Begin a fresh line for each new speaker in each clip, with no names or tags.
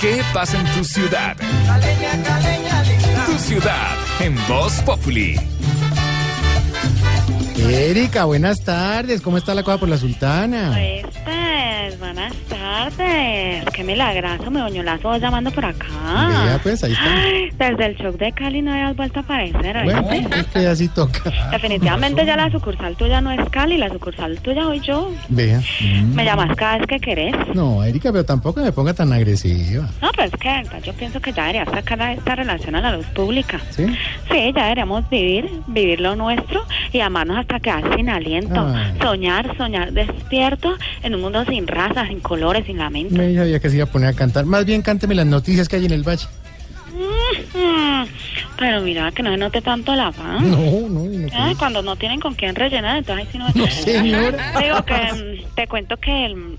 ¿Qué pasa en tu ciudad?
Caleña, caleña, linda.
Tu ciudad en Voz Populi.
Erika, buenas tardes. ¿Cómo está la cosa por la sultana?
Pues, buenas tardes. Qué milagrazo, me oñolazo vos llamando por
Ya,
acá.
pues ahí está.
Ay, Desde el shock de Cali no habías vuelto a aparecer.
Bueno,
¿oíste?
es que así toca.
Definitivamente ya la sucursal tuya no es Cali, la sucursal tuya soy yo.
Vea. Mm.
Me llamas cada vez que querés.
No, Erika, pero tampoco me ponga tan agresiva.
No, pero es que de verdad, yo pienso que ya deberías sacar a esta relación a la luz pública.
¿Sí?
Sí, ya deberíamos vivir, vivir lo nuestro y amarnos hasta quedar sin aliento.
Ay.
Soñar, soñar despierto en un mundo sin razas, sin colores, sin lamentos.
Me sabía que se iba a poner a cantar. Más bien cánteme las noticias que hay en el valle.
Mm, Pero mira, que no se note tanto la paz.
No, no, no.
Ay,
creo.
cuando no tienen con quién rellenar, entonces ahí sí no...
No, señora.
Digo que mm, te cuento que el...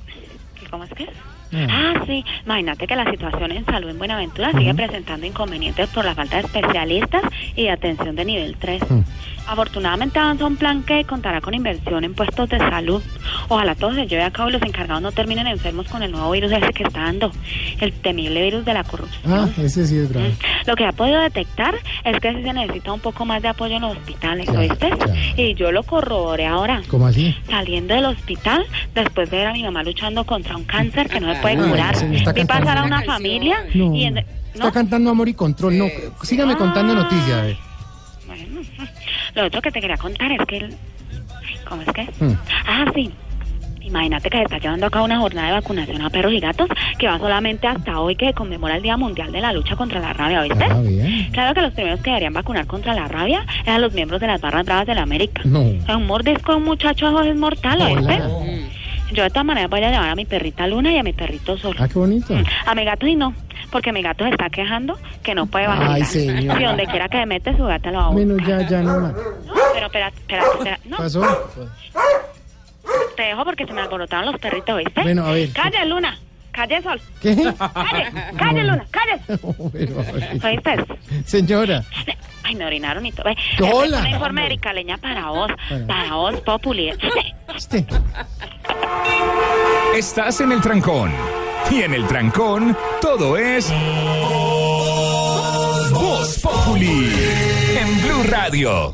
que ¿Cómo es que es?
Ah.
Ah, sí. Imagínate que la situación en salud en Buenaventura sigue presentando inconvenientes por la falta de especialistas y de atención de nivel 3.
Mm.
Afortunadamente avanza un plan que contará con inversión en puestos de salud. Ojalá todo se lleve a cabo y los encargados no terminen enfermos con el nuevo virus ese que está dando, el temible virus de la corrupción.
Ah, ese sí es grave.
Mm. Lo que ha podido detectar es que sí se necesita un poco más de apoyo en los hospitales,
Ya,
¿oíste?
ya.
Y yo lo corroboré ahora.
¿Cómo así?
Saliendo del hospital, después de ver a mi mamá luchando contra un cáncer que no se puede
Ay,
curar,
se me Ah, está
vi pasar
cantando.
a una familia
No.
y... en-
Está cantando Amor y Control. No, sígame
Ah.
contando noticias. a ver.
Bueno, lo otro que te quería contar es que... el- ¿Cómo es que? es?
Hmm.
Ah, sí. Imagínate que se está llevando a cabo una jornada de vacunación a perros y gatos que va solamente hasta hoy que conmemora el Día Mundial de la Lucha contra la Rabia, ¿oíste?
Ah, bien.
Claro que los primeros que deberían vacunar contra la rabia eran los miembros de las barras bravas de la América.
No.
Es Un mordisco de un muchacho ajo es mortal, ¿oíste?
Hola.
Yo de todas maneras voy a llevar a mi perrita Luna y a mi perrito Sol.
Ah, qué bonito.
A mi gato y no, porque mi gato se está quejando que no puede vacilar.
Ay, señora.
Y donde quiera que mete su gata lo va a buscar.
Menos ya, ya, no más.
Pero espérate, espérate, espérate. No,
¿Pasó?
te dejo porque se me alborotaron los perritos, ¿oíste?
Bueno, a ver.
Calle, Luna. Calle, Sol.
¿Qué?
Calle, calle, Luna. Calle.
No, pero, ay.
¿Oíste?
Señora.
Ay, me orinaron y todo. Eh,
Hola.
Un informe de Caleña para vos,
Bueno.
para vos, Populi.
Este.
Estás en el trancón. Y en el trancón, todo es. Voz Populi. En Blue Radio.